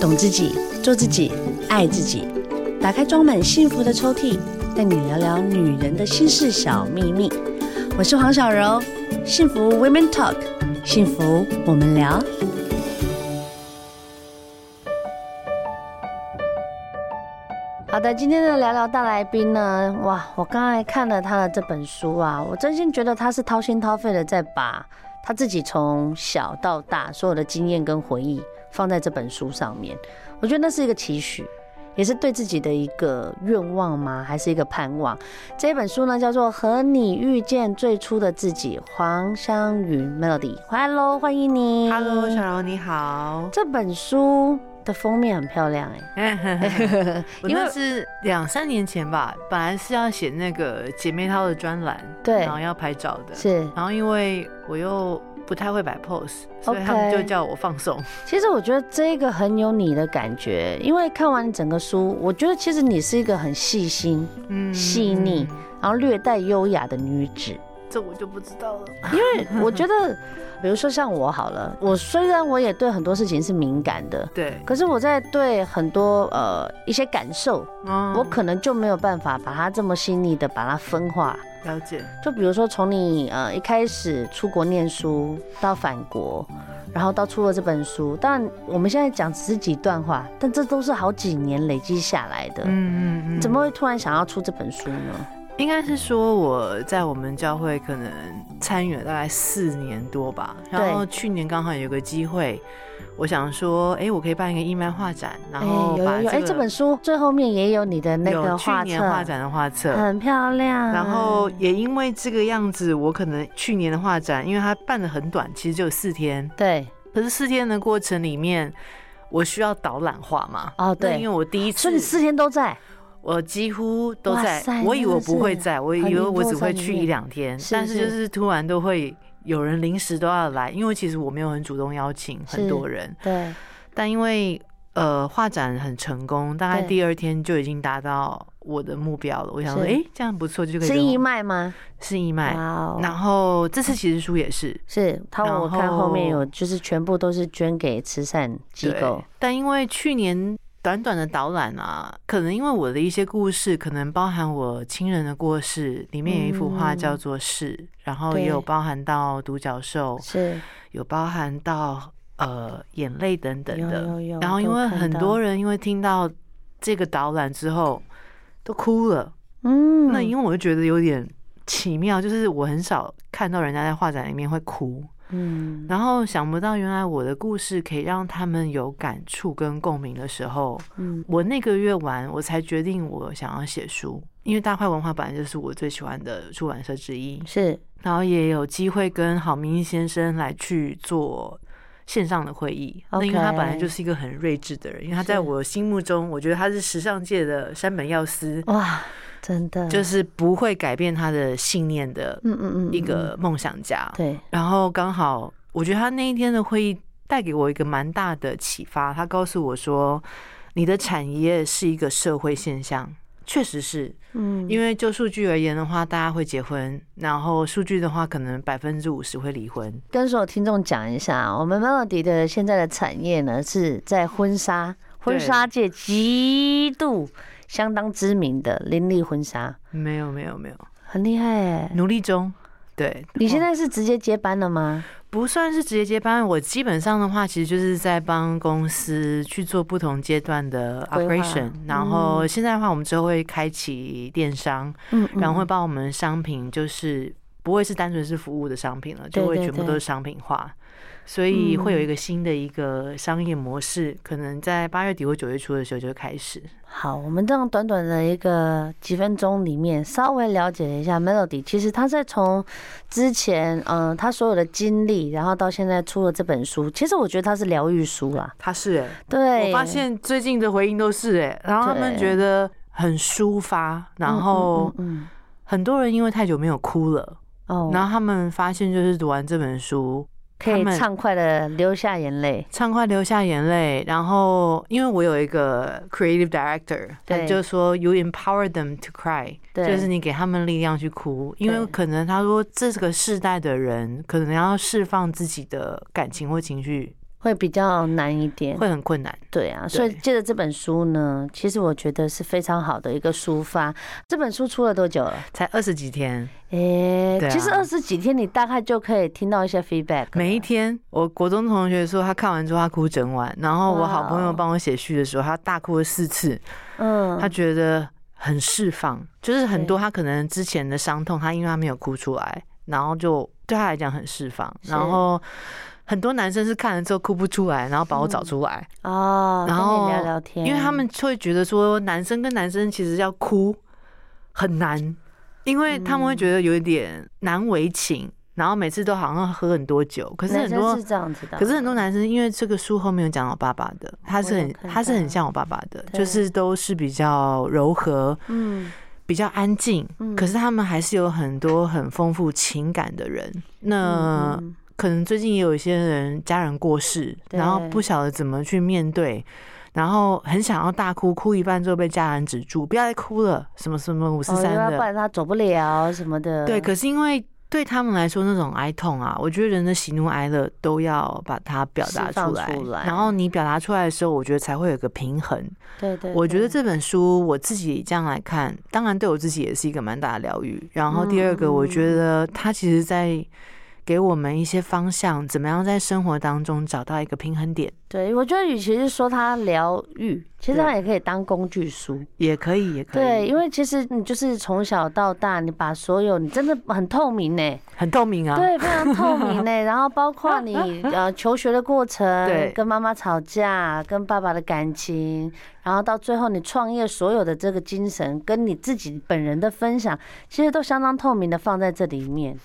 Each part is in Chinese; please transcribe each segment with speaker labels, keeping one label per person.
Speaker 1: 懂自己，做自己，爱自己。打开装满幸福的抽屉，带你聊聊女人的心事小秘密。我是黄小柔，幸福 Women Talk，幸福我们聊。好的，今天的聊聊大来宾呢，哇，我刚才看了他的这本书啊，我真心觉得他是掏心掏肺的在把他自己从小到大所有的经验跟回忆放在这本书上面，我觉得那是一个期许。也是对自己的一个愿望吗？还是一个盼望？这本书呢，叫做《和你遇见最初的自己》，黄湘云 Melody。Hello，欢迎你。
Speaker 2: Hello，小柔你好。
Speaker 1: 这本书的封面很漂亮哎、
Speaker 2: 我
Speaker 1: 因为
Speaker 2: 那是两三年前吧，本来是要写那个姐妹淘的专栏，
Speaker 1: 对
Speaker 2: 然后要拍照的，
Speaker 1: 是。
Speaker 2: 然后因为我又不太会摆 pose，所以他们
Speaker 1: OK
Speaker 2: 就叫我放松。
Speaker 1: 其实我觉得这个很有你的感觉，因为看完整个书，我觉得其实你是一个很细心、
Speaker 2: 嗯
Speaker 1: 细腻，然后略带优雅的女子。
Speaker 2: 这我就不知 道了。
Speaker 1: 我觉得，比如说像我好了，我虽然我也对很多事情是敏感的，
Speaker 2: 对，
Speaker 1: 可是我在对很多呃一些感受，
Speaker 2: 嗯
Speaker 1: 我可能就没有办法把它这么细腻的把它分化。
Speaker 2: 了解。
Speaker 1: 就比如说从你呃一开始出国念书到返国，然后到出了这本书，但我们现在讲只是几段话，但这都是好几年累积下来的。
Speaker 2: 嗯嗯嗯
Speaker 1: 怎么会突然想要出这本书呢？
Speaker 2: 应该是说我在我们教会可能参与了大概四年多吧，
Speaker 1: 对
Speaker 2: 然后去年刚好有个机会，我想说，哎、我可以办一个义卖画展，然后
Speaker 1: 有
Speaker 2: 把
Speaker 1: 有有，哎，
Speaker 2: 个
Speaker 1: 这本书最后面也有你的那
Speaker 2: 有
Speaker 1: 个
Speaker 2: 去
Speaker 1: 画
Speaker 2: 年
Speaker 1: 册，
Speaker 2: 画
Speaker 1: 嗯
Speaker 2: 展的画册。
Speaker 1: 很漂亮。
Speaker 2: 然后也因为这个样子，我可能去年的画展，因为它办的很短，其实只有四天。
Speaker 1: 对，
Speaker 2: 可是四天的过程里面，我需要导览画嘛？
Speaker 1: 哦对
Speaker 2: 那因为我第一
Speaker 1: 所以你
Speaker 2: 次，
Speaker 1: 四天都在，
Speaker 2: 我几乎都
Speaker 1: 哇
Speaker 2: 在
Speaker 1: 塞。
Speaker 2: 我以为我不会
Speaker 1: 真的是
Speaker 2: 在，我以
Speaker 1: 很
Speaker 2: 为
Speaker 1: 灵
Speaker 2: 我
Speaker 1: 活
Speaker 2: 只
Speaker 1: 在
Speaker 2: 会
Speaker 1: 里
Speaker 2: 去
Speaker 1: 面
Speaker 2: 一两天，
Speaker 1: 是
Speaker 2: 但是
Speaker 1: 是
Speaker 2: 就是突然都会有人临时都要来，因为其实我没有很主动邀请很
Speaker 1: 是
Speaker 2: 多人，
Speaker 1: 对，
Speaker 2: 但因为呃画展很成功，大概
Speaker 1: 对
Speaker 2: 第二天就已经达到我的目标了。我想说，
Speaker 1: 是
Speaker 2: 哎、这样不错，就可以
Speaker 1: 是
Speaker 2: 跟我
Speaker 1: 义卖吗？
Speaker 2: 是义卖。
Speaker 1: 哇哦
Speaker 2: 然后这次其实书也是
Speaker 1: 是他，
Speaker 2: 然
Speaker 1: 我看后面
Speaker 2: 后
Speaker 1: 有，就是全部都是捐给慈善机
Speaker 2: 对
Speaker 1: 构，
Speaker 2: 但因为去年短短的导览啊，可能因为我的一些故事，可能包含我亲人的过世，里面有一幅画
Speaker 1: 嗯
Speaker 2: 叫做《是》，然后
Speaker 1: 对
Speaker 2: 也有包含到独角兽，
Speaker 1: 是
Speaker 2: 有包含到呃眼泪等等
Speaker 1: 有
Speaker 2: 的。
Speaker 1: 有有。
Speaker 2: 然后因
Speaker 1: 都
Speaker 2: 为
Speaker 1: 看
Speaker 2: 很
Speaker 1: 到
Speaker 2: 多，人因为听到这个导览之后都哭了，
Speaker 1: 嗯，
Speaker 2: 那因为我就觉得有点奇妙，就是我很少看到人家在画展里面会哭，
Speaker 1: 嗯，
Speaker 2: 然后想不到原来我的故事可以让他们有感触跟共鸣的时候，
Speaker 1: 嗯
Speaker 2: 我那个月完我才决定我想要写书，因为大块文化本来就是我最喜欢的出版社之一，
Speaker 1: 嗯是
Speaker 2: 然后也有机会跟郝明义先生来去做。线上的会议那因为他
Speaker 1: OK
Speaker 2: 本来就是一个很睿智的人，因为他
Speaker 1: 是
Speaker 2: 在我心目中，我觉得他是时尚界的山本耀司，
Speaker 1: 哇，真的，
Speaker 2: 就是不会改变他的信念的
Speaker 1: 嗯嗯嗯，
Speaker 2: 一
Speaker 1: 嗯
Speaker 2: 个梦想家。
Speaker 1: 对，
Speaker 2: 然后刚好，我觉得他那一天的会议带给我一个蛮大的启发。他告诉我说，你的产业是一个社会现象，确实是
Speaker 1: 嗯，
Speaker 2: 因为就数据而言的话，大家会结婚，然后数据的话，可能百分之五十会离婚。
Speaker 1: 跟所有听众讲一下，我们 Melody 的现在的产业呢是在婚纱，婚
Speaker 2: 对
Speaker 1: 纱界极度相当知名的林立婚纱，
Speaker 2: 没有，没有，没有，
Speaker 1: 很厉害哎。
Speaker 2: 努力中。对，
Speaker 1: 你现
Speaker 2: 在。
Speaker 1: 在是直接接班了吗？
Speaker 2: 不算是直接接班，我基本上的话，其实就是在帮公司去做不同阶段的
Speaker 1: 规划
Speaker 2: operation。然后现在的话，我们之后会开启电商，
Speaker 1: 嗯，
Speaker 2: 然后会把我们的商品就是不会是单纯是服务的商品了，
Speaker 1: 对
Speaker 2: 就会
Speaker 1: 对
Speaker 2: 全部
Speaker 1: 对嗯
Speaker 2: 都是商品化。所以会有一个新的一个商业模式，可能在八月底或九月初的时候就会开始。
Speaker 1: 好，我们这样短短的一个几分钟里面，稍微了解了一下 Melody。其实他在从之前，嗯、他所有的经历，然后到现在出了这本书，其实我觉得他是疗愈书啦。
Speaker 2: 他是哎、
Speaker 1: 对，
Speaker 2: 我发现最近的回应都是哎、然后他们
Speaker 1: 对
Speaker 2: 觉得很抒发，然
Speaker 1: 嗯
Speaker 2: 后
Speaker 1: 嗯
Speaker 2: 很多人因为太久没有哭了，
Speaker 1: 嗯嗯哦，
Speaker 2: 然后他们发现就是读完这本书，
Speaker 1: 可以
Speaker 2: 他们
Speaker 1: 畅快的流下眼泪。
Speaker 2: 畅快流下眼泪。然后因为我有一个 creative director，他
Speaker 1: 对
Speaker 2: 就说 you empower them to cry，
Speaker 1: 对
Speaker 2: 就是你给他们力量去哭，因
Speaker 1: 对
Speaker 2: 为可能他说这个世代的人可能要释放自己的感情或情绪。
Speaker 1: 会比较难一点。
Speaker 2: 会很困难。
Speaker 1: 对啊，所以借着这本书呢，其实我觉得是非常好的一个抒发。这本书出了多久了？
Speaker 2: 才二十几天，
Speaker 1: 诶、
Speaker 2: 对啊
Speaker 1: 其实二十几天你大概就可以听到一些 feedback 了。
Speaker 2: 每一天，我国中同学说他看完之后他哭整晚，然后我好朋
Speaker 1: 哇
Speaker 2: 友
Speaker 1: 哦
Speaker 2: 帮我写序的时候，他大哭了四次，
Speaker 1: 嗯
Speaker 2: 他觉得很释放，就是很
Speaker 1: 对
Speaker 2: 多他可能之前的伤痛，他因为他没有哭出来，然后就对他来讲很释放。
Speaker 1: 是
Speaker 2: 然后很多男生是看了之后哭不出来，然后把我找出来，
Speaker 1: 哦，跟
Speaker 2: 然后
Speaker 1: 你聊聊天，
Speaker 2: 因为他们就会觉得说男生跟男生其实要哭很难，因为他
Speaker 1: 嗯
Speaker 2: 们会觉得有一点难为情，然后每次都好像喝很多酒，可是
Speaker 1: 男
Speaker 2: 很
Speaker 1: 生
Speaker 2: 多
Speaker 1: 是这样子的，
Speaker 2: 可是很多男生，因为这个书后面有讲我爸爸的，他是
Speaker 1: 我有
Speaker 2: 很
Speaker 1: 看
Speaker 2: 他是很
Speaker 1: 到
Speaker 2: 像我爸爸的，
Speaker 1: 对
Speaker 2: 就是都是比较柔和、
Speaker 1: 嗯
Speaker 2: 比较安静，
Speaker 1: 嗯，
Speaker 2: 可是他们还是有很多很丰富情感的人。那、
Speaker 1: 嗯嗯
Speaker 2: 可能最近也有一些人家人过世，
Speaker 1: 对
Speaker 2: 然后不晓得怎么去面对，然后很想要大哭，哭一半之后被家人止住，不要再哭了，什么什么五十
Speaker 1: 哦
Speaker 2: 三
Speaker 1: 要
Speaker 2: 的，
Speaker 1: 不然他走不了什么的，
Speaker 2: 对，可是因为对他们来说，那种哀痛啊，我觉得人的喜怒哀乐都要把它表达
Speaker 1: 释放
Speaker 2: 出来，
Speaker 1: 出来
Speaker 2: 然后你表达出来的时候，我觉得才会有个平衡。
Speaker 1: 对对，
Speaker 2: 我觉得
Speaker 1: 对
Speaker 2: 这本书我自己这样来看，当然对我自己也是一个蛮大的疗愈。然后第二个，
Speaker 1: 嗯
Speaker 2: 我觉得它其实在给我们一些方向，怎么样在生活当中找到一个平衡点，
Speaker 1: 对，我觉得与其是说它疗愈，其实它也可以当工具书。
Speaker 2: 也可以，也可以，
Speaker 1: 对，因为其实你就是从小到大，你把所有你真的很透明欸呢、
Speaker 2: 很透明啊。
Speaker 1: 对，非常透明呢、然后包括 你呃求学的过程
Speaker 2: 对，
Speaker 1: 跟妈妈吵架，跟爸爸的感情，然后到最后你创业所有的这个精神，跟你自己本人的分享，其实都相当透明的放在这里面，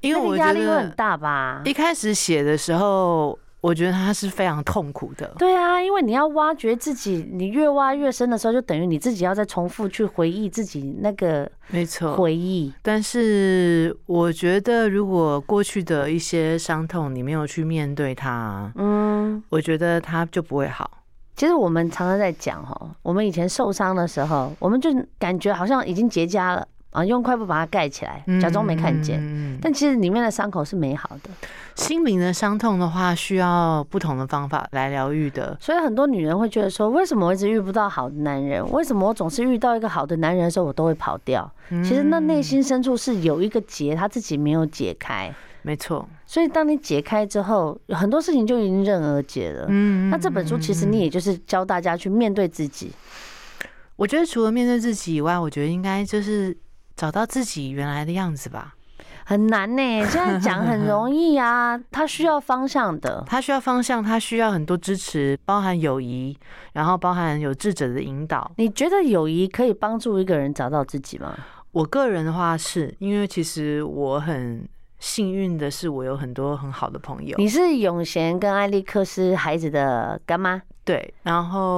Speaker 2: 因为
Speaker 1: 那
Speaker 2: 我
Speaker 1: 个
Speaker 2: 觉
Speaker 1: 压力会很
Speaker 2: 得
Speaker 1: 大吧？
Speaker 2: 一开始写的时候，我觉得它是非常痛苦的。
Speaker 1: 对啊，因为你要挖掘自己，你越挖越深的时候，就等于你自己要再重复去回忆自己那个
Speaker 2: 没错，
Speaker 1: 回忆。
Speaker 2: 但是我觉得，如果过去的一些伤痛你没有去面对它，
Speaker 1: 嗯，
Speaker 2: 我觉得它就不会好。
Speaker 1: 其实我们常常在讲哦，我们以前受伤的时候，我们就感觉好像已经结痂了啊，用块布把它盖起来，假装没看见。
Speaker 2: 嗯
Speaker 1: 但其实里面的伤口是美好的，
Speaker 2: 心灵的伤痛的话，需要不同的方法来疗愈的。
Speaker 1: 所以很多女人会觉得说，为什么我一直遇不到好的男人？为什么我总是遇到一个好的男人的时候，我都会跑掉？
Speaker 2: 嗯
Speaker 1: 其实那内心深处是有一个结，他自己没有解开。
Speaker 2: 没错，
Speaker 1: 所以当你解开之后，有很多事情就迎刃而解了。
Speaker 2: 嗯
Speaker 1: 呃那这本书其实你也就是教大家去面对自己，
Speaker 2: 我觉得除了面对自己以外，我觉得应该就是找到自己原来的样子吧。
Speaker 1: 很难 呢、现在讲很容易啊，它需要方向的。
Speaker 2: 他需要方向，他需要很多支持，包含友谊，然后包含有智者的引导。
Speaker 1: 你觉得友谊可以帮助一个人找到自己吗？
Speaker 2: 我个人的话是，因为其实我很幸运的是，我有很多很好的朋友，
Speaker 1: 你是永贤跟艾利克斯孩子的干妈，
Speaker 2: 对，然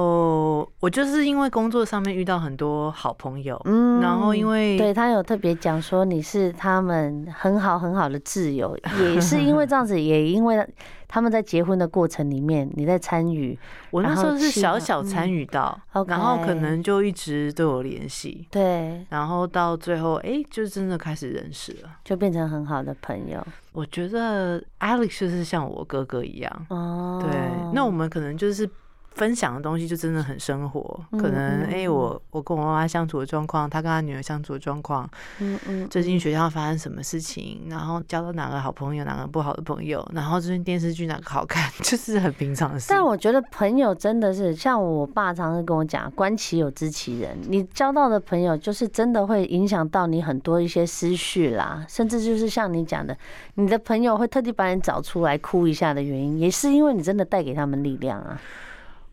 Speaker 2: 后我就是因为工作上面遇到很多好朋友，
Speaker 1: 嗯
Speaker 2: 然后因为
Speaker 1: 对他有特别讲说你是他们很好很好的挚 友，也是因为这样子，也因为他们在结婚的过程里面你在参 与，
Speaker 2: 我那时
Speaker 1: 然
Speaker 2: 候
Speaker 1: 后
Speaker 2: 是
Speaker 1: 去
Speaker 2: 小
Speaker 1: 了
Speaker 2: 小参与到，
Speaker 1: OK
Speaker 2: 然后可能就一直都有联系，
Speaker 1: 对，
Speaker 2: 然后到最后，哎、就真的开始认识了。
Speaker 1: 就变成很好的朋友。
Speaker 2: 我觉得 Alex 就是像我哥哥一样，
Speaker 1: 哦，
Speaker 2: 对，那我们可能就是分享的东西就真的很生活，
Speaker 1: 嗯
Speaker 2: 可能
Speaker 1: 嗯
Speaker 2: 哎、诶
Speaker 1: 嗯
Speaker 2: 我我跟我妈妈相处的状况，她跟她女儿相处的状况，
Speaker 1: 嗯嗯，
Speaker 2: 最近学校发生什么事情，然后交到哪个好朋友，哪个不好的朋友，然后最近电视剧哪个好看， 就是很平常的事。
Speaker 1: 但我觉得朋友真的是像我爸常常跟我讲，观其有知其人。你交到的朋友，就是真的会影响到你很多一些思绪啦，甚至就是像你讲的，你的朋友会特地把你找出来哭一下的原因，也是因为你真的带给他们力量啊。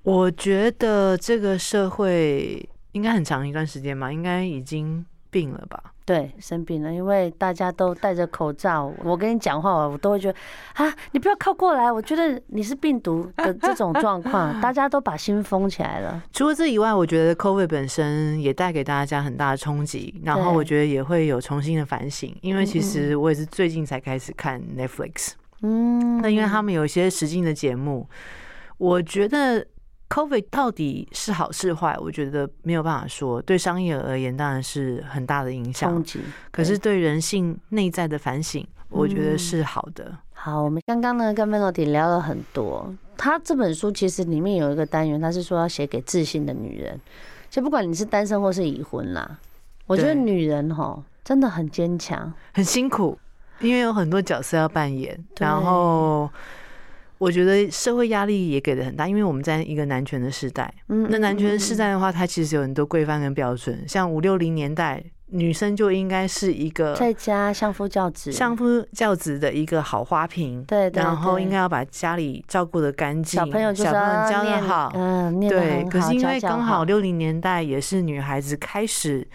Speaker 2: 我觉得这个社会应该很长一段时间吧，应该已经病了吧？
Speaker 1: 对，生病了，因为大家都戴着口罩，我跟你讲话，我都会觉得啊，你不要靠过来，我觉得你是病毒的这种状况，大家都把心封起来了。
Speaker 2: 除了这以外，我觉得 COVID 本身也带给大家很大的冲击，然后
Speaker 1: 对
Speaker 2: 我觉得也会有重新的反省，因为其实我也是最近才开始看 Netflix，
Speaker 1: 嗯，
Speaker 2: 那因为他们有一些实境的节目，我觉得 COVID 到底是好是坏，我觉得没有办法说。对商业而言，当然是很大的影
Speaker 1: 冲
Speaker 2: 响，
Speaker 1: 击嗯
Speaker 2: 可是对人性内在的反省，我觉得是好的。
Speaker 1: 好，我们刚刚呢跟 Melody 聊了很多。他这本书其实里面有一个单元，他是说要写给自信的女人。其实不管你是单身或是已婚啦，我觉得
Speaker 2: 对
Speaker 1: 女人吼真的很坚强。
Speaker 2: 很辛苦，因为有很多角色要扮演，
Speaker 1: 对
Speaker 2: 然后我觉得社会压力也给的很大，因为我们在一个男权的时代。
Speaker 1: 嗯
Speaker 2: 那男权时
Speaker 1: 嗯
Speaker 2: 代的话，它其实有很多规范跟标准，像五六零年代，女生就应该是一
Speaker 1: 嗯
Speaker 2: 个
Speaker 1: 在家相夫教子，
Speaker 2: 相夫教子的一个好花瓶，
Speaker 1: 对对
Speaker 2: 然后
Speaker 1: 对
Speaker 2: 应该要把家里照顾的干净，
Speaker 1: 小朋友就是
Speaker 2: 小朋友
Speaker 1: 要
Speaker 2: 教的
Speaker 1: 念
Speaker 2: 好，
Speaker 1: 嗯，念得
Speaker 2: 对，
Speaker 1: 很
Speaker 2: 可
Speaker 1: 好
Speaker 2: 是因
Speaker 1: 家
Speaker 2: 为
Speaker 1: 教
Speaker 2: 刚好六零年代也是女孩子开始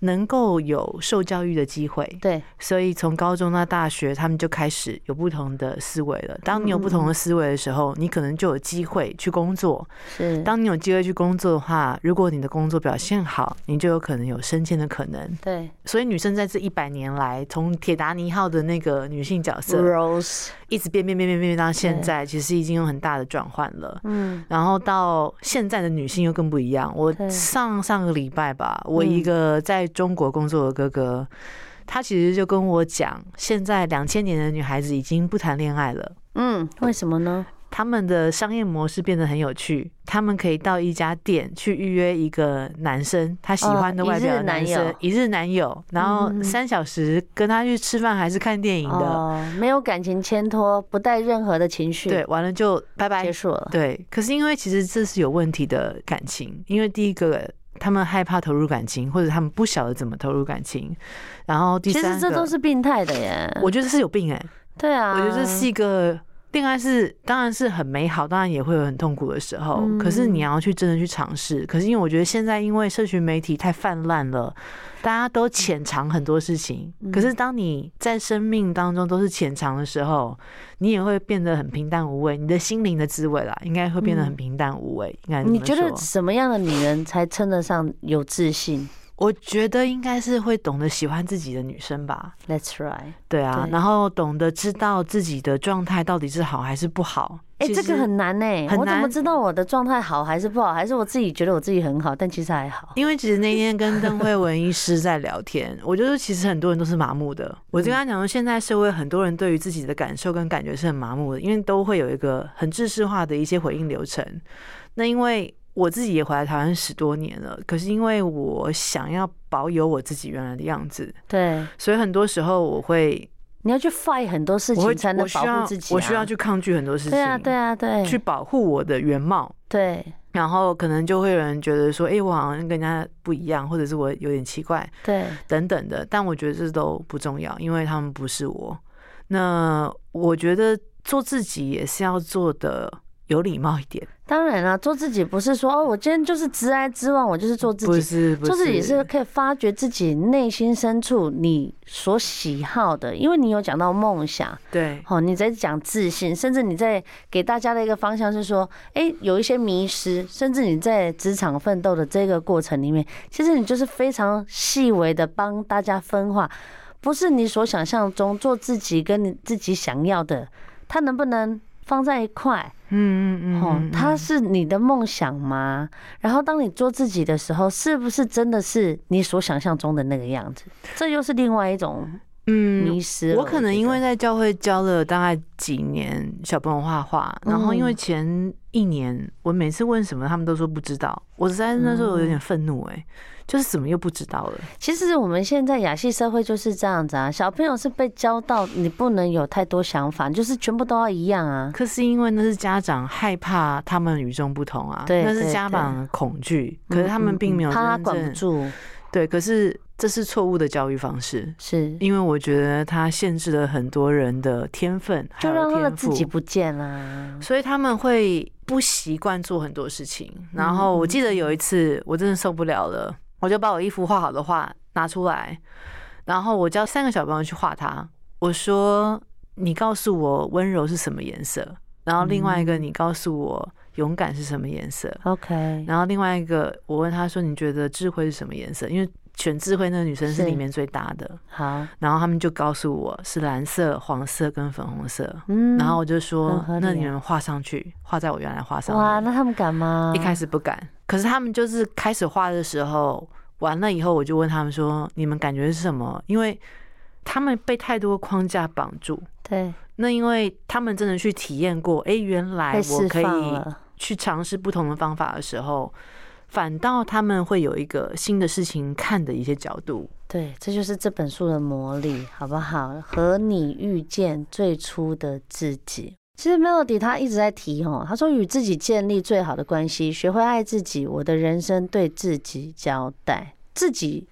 Speaker 2: 能够有受教育的机会，
Speaker 1: 对
Speaker 2: 所以从高中到大学，他们就开始有不同的思维了。当你有不同的思维的时候，你可能就有机会去工作。
Speaker 1: 是
Speaker 2: 当你有机会去工作的话，如果你的工作表现好，你就有可能有升迁的可能。
Speaker 1: 对
Speaker 2: 所以女生在这一百年来，从铁达尼号的那个女性角色，
Speaker 1: Rose，
Speaker 2: 一直变变变变变到现在，其实已经有很大的转换了。
Speaker 1: 嗯
Speaker 2: 然后到现在的女性又更不一样。我
Speaker 1: 对
Speaker 2: 上上个礼拜吧，我
Speaker 1: 嗯
Speaker 2: 一个在中国工作的哥哥，他其实就跟我讲，现在两千年的女孩子已经不谈恋爱了。
Speaker 1: 嗯，为什么呢？
Speaker 2: 他们的商业模式变得很有趣，他们可以到一家店去预约一个男生，他喜欢的
Speaker 1: 哦
Speaker 2: 外表
Speaker 1: 一日
Speaker 2: 的
Speaker 1: 男
Speaker 2: 男
Speaker 1: 友
Speaker 2: 生，一日男友，然后
Speaker 1: 嗯
Speaker 2: 三小时跟他去吃饭还是看电影的，
Speaker 1: 哦，没有感情牵拖，不带任何的情绪，
Speaker 2: 对，，完了就拜拜
Speaker 1: 结束了。
Speaker 2: 对，可是因为其实这是有问题的感情，因为第一个他们害怕投入感情，或者他们不晓得怎么投入感情，然后第
Speaker 1: 其
Speaker 2: 三
Speaker 1: 实
Speaker 2: 个，
Speaker 1: 这都是病态的耶，
Speaker 2: 我觉得是有病哎、
Speaker 1: 对啊，
Speaker 2: 我觉得这是一个恋爱是当然是很美好，当然也会有很痛苦的时候，可是
Speaker 1: 嗯
Speaker 2: 你要去真的去尝试。可是因为我觉得现在因为社群媒体太泛滥了，大家都潜藏很多事情，
Speaker 1: 嗯
Speaker 2: 可是当你在生命当中都是潜藏的时候，你也会变得很平淡无味，你的心灵的滋味啦，应该会变得很平淡无味。应该这么
Speaker 1: 嗯你觉得
Speaker 2: 说
Speaker 1: 什么样的女人才称得上有自信
Speaker 2: 我觉得应该是会懂得喜欢自己的女生吧。
Speaker 1: ？That's right。
Speaker 2: 对啊，
Speaker 1: 对
Speaker 2: 然后懂得知道自己的状态到底是好还是不好。
Speaker 1: 哎、
Speaker 2: 其
Speaker 1: 这个
Speaker 2: 实
Speaker 1: 很难呢、
Speaker 2: 很
Speaker 1: 我怎么
Speaker 2: 难
Speaker 1: 知道我的状态好还是不好？还是我自己觉得我自己很好，但其实还好。
Speaker 2: 因为其实那天跟邓慧文医师在聊天，我觉得其实很多人都是麻木的。我就跟他讲说，现在社会很多人对于自己的感受跟感觉是很麻木的，因为都会有一个很制式化的一些回应流程。那因为我自己也回来台湾十多年了，可是因为我想要保有我自己原来的样子，
Speaker 1: 对，
Speaker 2: 所以很多时候我会，
Speaker 1: 你要去 fight 很多事
Speaker 2: 我会
Speaker 1: 情才能
Speaker 2: 我需
Speaker 1: 保
Speaker 2: 要
Speaker 1: 护自己、啊
Speaker 2: 我需要去抗拒很多事情，
Speaker 1: 对啊，对啊，对，
Speaker 2: 去保护我的原貌。
Speaker 1: 对
Speaker 2: 然后可能就会有人觉得说，哎、我好像跟人家不一样，或者是我有点奇怪，
Speaker 1: 对
Speaker 2: 等等的，但我觉得这都不重要，因为他们不是我。那我觉得做自己也是要做的有礼貌一点，
Speaker 1: 当然啦、做自己不是说哦，我今天就是直来直往，我就是做自
Speaker 2: 不
Speaker 1: 己。
Speaker 2: 是不
Speaker 1: 做自己是可以发掘自己内心深处你所喜好的，因为你有讲到梦想，
Speaker 2: 对
Speaker 1: 哦，你在讲自信，甚至你在给大家的一个方向是说，哎、有一些迷失，甚至你在职场奋斗的这个过程里面，其实你就是非常细微的帮大家分化，不是你所想象中做自己跟你自己想要的，它能不能放在一块？
Speaker 2: 嗯嗯嗯
Speaker 1: 哦
Speaker 2: 嗯，，
Speaker 1: 它是你的梦想吗？然后当你做自己的时候，是不是真的是你所想象中的那个样子？这又是另外一种
Speaker 2: 嗯
Speaker 1: 迷失了。
Speaker 2: 我可能
Speaker 1: 觉
Speaker 2: 因为
Speaker 1: 得
Speaker 2: 在教会教了大概几年小朋友画画，然后因为
Speaker 1: 嗯
Speaker 2: 前一年我每次问什么，他们都说不知道，我实在那时候有
Speaker 1: 嗯
Speaker 2: 点愤怒、哎，就是怎么又不知道了？
Speaker 1: 其实我们现在亚系社会就是这样子啊，小朋友是被教到你不能有太多想法，就是全部都要一样啊。
Speaker 2: 可是因为那是家长害怕他们与众不同啊，
Speaker 1: 对
Speaker 2: 那
Speaker 1: 对
Speaker 2: 是家长的恐惧，可是他
Speaker 1: 嗯
Speaker 2: 们
Speaker 1: 嗯
Speaker 2: 并没有
Speaker 1: 怕他
Speaker 2: 真
Speaker 1: 管不
Speaker 2: 正
Speaker 1: 住，
Speaker 2: 对，可是这是错误的教育方式，
Speaker 1: 是
Speaker 2: 因为我觉得它限制了很多人的天分，还
Speaker 1: 就
Speaker 2: 有
Speaker 1: 让他的
Speaker 2: 天
Speaker 1: 自
Speaker 2: 赋，
Speaker 1: 己不见啊啦。
Speaker 2: 所以他们会不习惯做很多事情。然后我记得有一次我真的受不了了，我就把我一幅画好的画拿出来，然后我叫三个小朋友去画它，我说你告诉我温柔是什么颜色，然后另外一个你告诉我勇敢是什么颜色，
Speaker 1: OK，
Speaker 2: 然后另外一个我问他说你觉得智慧是什么颜色，因为。选智慧那个女生是
Speaker 1: 是
Speaker 2: 里面最大的，
Speaker 1: 好，
Speaker 2: 然后他们就告诉我是蓝色、黄色跟粉红色，
Speaker 1: 嗯，
Speaker 2: 然后我就说
Speaker 1: 很合：“
Speaker 2: 那
Speaker 1: 理
Speaker 2: 你
Speaker 1: 啊
Speaker 2: 们画上去，画在我原来画
Speaker 1: 嗯
Speaker 2: 上
Speaker 1: 哇，
Speaker 2: 面。
Speaker 1: 那他们敢吗？
Speaker 2: 一开始不敢，可是他们就是开始画的时候，完了以后，我就问他们说：“你们感觉是什么？”因为他们被太多框架绑住，
Speaker 1: 对
Speaker 2: 那因为他们真的去体验过，哎、原来
Speaker 1: 被
Speaker 2: 我
Speaker 1: 释
Speaker 2: 可以
Speaker 1: 放了，
Speaker 2: 去尝试不同的方法的时候，反倒他们会有一个新的事情看的一些角度。
Speaker 1: 对，这就是这本书的魔力，好不好？和你遇见最初的自己。其实 Melody 她一直在提哦，她说与自己建立最好的关系，学会爱自己，我的人生对自己交代，自己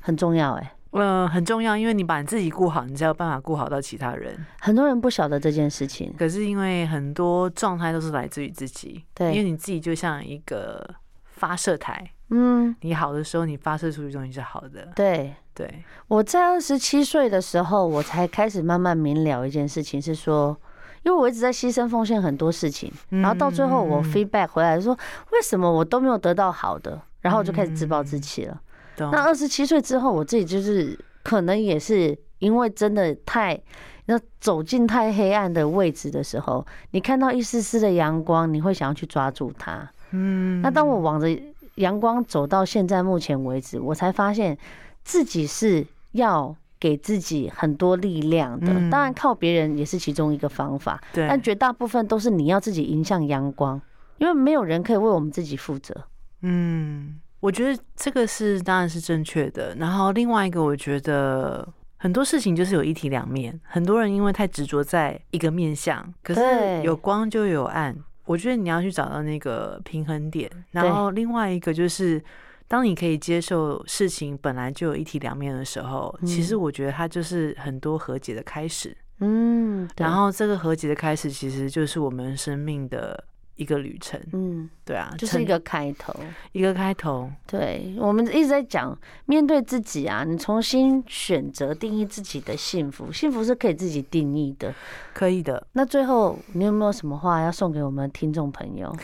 Speaker 1: 很重要哎。
Speaker 2: 呃，很重要，因为你把你自己顾好，你才有办法顾好到其他人。
Speaker 1: 很多人不晓得这件事情，
Speaker 2: 可是因为很多状态都是来自于自己，
Speaker 1: 对
Speaker 2: 因为你自己就像一个发射台，
Speaker 1: 嗯，
Speaker 2: 你好的时候，你发射出去东西是好的，
Speaker 1: 对。
Speaker 2: 对，
Speaker 1: 我在二十七岁的时候，我才开始慢慢明了一件事情，是说，因为我一直在牺牲奉献很多事情，然后到最后
Speaker 2: 嗯
Speaker 1: 我 feedback 回来说，为什么我都没有得到好的，然后我就开始自
Speaker 2: 嗯
Speaker 1: 暴自弃了。
Speaker 2: 懂
Speaker 1: 那二十七岁之后，我自己就是可能也是因为真的太。那走进太黑暗的位置的时候，你看到一丝丝的阳光，你会想要去抓住它。
Speaker 2: 嗯
Speaker 1: 那当我往着阳光走到现在目前为止，我才发现自己是要给自己很多力量的。
Speaker 2: 嗯
Speaker 1: 当然，靠别人也是其中一个方法，
Speaker 2: 对，
Speaker 1: 但绝大部分都是你要自己迎向阳光，因为没有人可以为我们自己负责。
Speaker 2: 嗯，我觉得这个是当然是正确的。然后另外一个，我觉得很多事情就是有一体两面，很多人因为太执着在一个面相，可
Speaker 1: 对
Speaker 2: 是有光就有暗。我觉得你要去找到那个平衡点。然后另外一个就是，当你可以接受事情本来就有一体两面的时候，其实我觉得它就是很多和解的开始。
Speaker 1: 嗯，对
Speaker 2: 然后这个和解的开始，其实就是我们生命的一个旅程。
Speaker 1: 嗯，
Speaker 2: 对啊，
Speaker 1: 就是一
Speaker 2: 成
Speaker 1: 个开头。
Speaker 2: 一个开头。
Speaker 1: 对，我们一直在讲面对自己啊，你重新选择定义自己的幸福，幸福是可以自己定义的。
Speaker 2: 可以的，
Speaker 1: 那最后，你有没有什么话要送给我们听众朋友？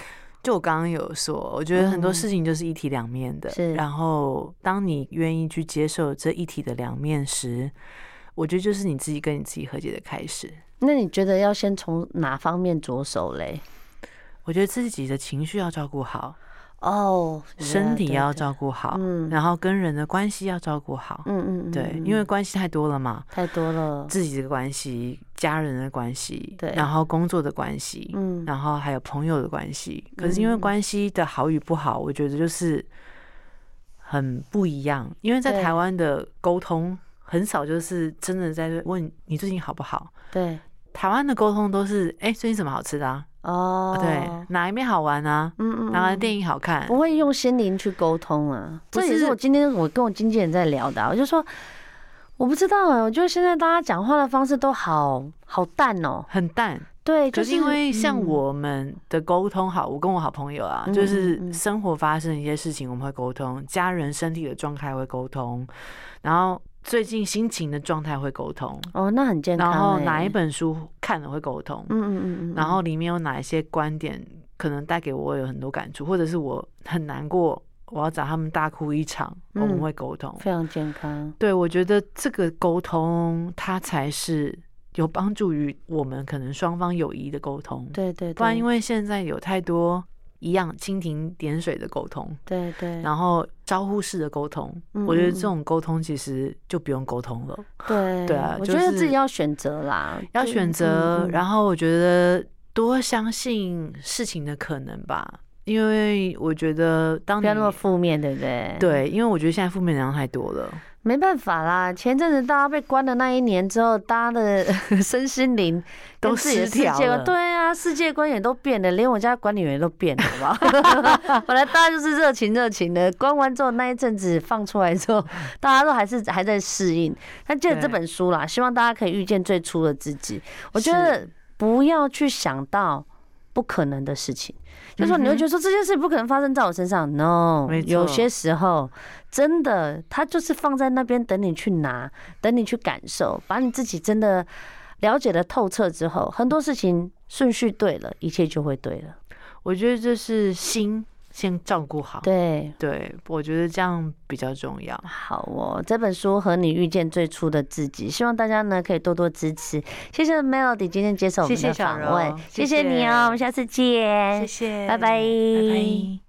Speaker 2: 就我刚刚有说，我觉得很多
Speaker 1: 嗯
Speaker 2: 事情就是一体两面的。
Speaker 1: 是
Speaker 2: 然后当你愿意去接受这一体的两面时，我觉得就是你自己跟你自己和解的开始。
Speaker 1: 那你觉得要先从哪方面着手嘞？
Speaker 2: 我觉得自己的情绪要照顾好，
Speaker 1: 哦，
Speaker 2: 身体
Speaker 1: 对
Speaker 2: 要
Speaker 1: 对
Speaker 2: 照顾好，
Speaker 1: 嗯
Speaker 2: 然后跟人的关系要照顾好。
Speaker 1: 嗯嗯嗯，
Speaker 2: 对，
Speaker 1: 嗯
Speaker 2: 因为
Speaker 1: 嗯
Speaker 2: 关系太多了嘛，
Speaker 1: 太多了，
Speaker 2: 自己的关系、家人的关系，
Speaker 1: 对
Speaker 2: 然后工作的关系，
Speaker 1: 嗯，
Speaker 2: 然后还有朋友的关系。可是因为
Speaker 1: 嗯
Speaker 2: 关系的好与不好，我觉得就是很不一样。因为在
Speaker 1: 对
Speaker 2: 台湾的沟通很少，就是真的在问你最近好不好。
Speaker 1: 对，
Speaker 2: 台湾的沟通都是，哎、最近什么好吃的啊？
Speaker 1: 哦，
Speaker 2: 对，哪一面好玩啊？
Speaker 1: 嗯嗯，
Speaker 2: 哪个
Speaker 1: 嗯
Speaker 2: 电影好看？
Speaker 1: 不会用心灵去沟通啊。
Speaker 2: 不
Speaker 1: 这也是
Speaker 2: 是
Speaker 1: 我今天我跟我经纪人在聊的、啊，我就说我不知道哎、我觉得现在大家讲话的方式都好好淡哦、
Speaker 2: 很淡，
Speaker 1: 对，
Speaker 2: 可
Speaker 1: 就是
Speaker 2: 因为像
Speaker 1: 嗯
Speaker 2: 我们的沟通好，我跟我好朋友啊，
Speaker 1: 嗯
Speaker 2: 就
Speaker 1: 嗯嗯
Speaker 2: 是生活发生一些事情我们会沟通，家人身体的状态会沟通，然后最近心情的状态会沟通，
Speaker 1: 哦，那很健康、
Speaker 2: 然后
Speaker 1: 欸
Speaker 2: 哪一？本书看了会沟通，
Speaker 1: 嗯嗯嗯嗯，
Speaker 2: 然后里面有哪一些观点可能带给我有很多感触，或者是我很难过，我要找他们大哭一场，
Speaker 1: 嗯
Speaker 2: 我们会沟通。
Speaker 1: 非常健康。
Speaker 2: 对，我觉得这个沟通它才是有帮助于我们可能双方友谊的沟通，
Speaker 1: 对对对，
Speaker 2: 不然因为现在有太多一样蜻蜓点水的沟通。
Speaker 1: 对对
Speaker 2: 然后招呼式的沟通，
Speaker 1: 嗯
Speaker 2: 我觉得
Speaker 1: 嗯
Speaker 2: 这种沟通其实就不用沟通了。
Speaker 1: 对
Speaker 2: 对啊
Speaker 1: 我
Speaker 2: 就
Speaker 1: 觉得自
Speaker 2: 是
Speaker 1: 己要选择啦，
Speaker 2: 要
Speaker 1: 就
Speaker 2: 选择，
Speaker 1: 嗯嗯
Speaker 2: 然后我觉得多相信事情的可能吧，因为我觉得当
Speaker 1: 不
Speaker 2: 你
Speaker 1: 要那么负面，对不对？，
Speaker 2: 对，因为我觉得现在负面能量太多了，
Speaker 1: 没办法啦。前阵子大家被关的那一年之后，大家的 身心灵跟
Speaker 2: 都
Speaker 1: 自己的
Speaker 2: 失
Speaker 1: 世
Speaker 2: 调
Speaker 1: 界观，
Speaker 2: 了。
Speaker 1: 对啊，世界观也都变了，连我家管理员都变了，好不 好？本来大家就是热情热情的，关完之后那一阵子放出来之后，大家都还是还在适应。那借着这
Speaker 2: 对
Speaker 1: 本书啦，希望大家可以遇见最初的自己。我觉
Speaker 2: 是
Speaker 1: 得不要去想到不可能的事
Speaker 2: 嗯
Speaker 1: 情。就说你会觉得说这件事不可能发生在我身上，no，
Speaker 2: 没错
Speaker 1: 有些时候真的它就是放在那边等你去拿，等你去感受，把你自己真的了解的透彻之后，很多事情顺序对了，一切就会对了。
Speaker 2: 我觉得这是心先照顾好，
Speaker 1: 对，
Speaker 2: 对，我觉得这样比较重要。
Speaker 1: 好哦，这本书和你遇见最初的自己，希望大家呢可以多多支持。谢谢 Melody 今天接受我们
Speaker 2: 谢
Speaker 1: 的
Speaker 2: 谢小
Speaker 1: 访问
Speaker 2: 柔，
Speaker 1: 谢谢你
Speaker 2: 谢谢
Speaker 1: 哦，我们下次见，
Speaker 2: 谢，
Speaker 1: 拜拜
Speaker 2: 拜拜。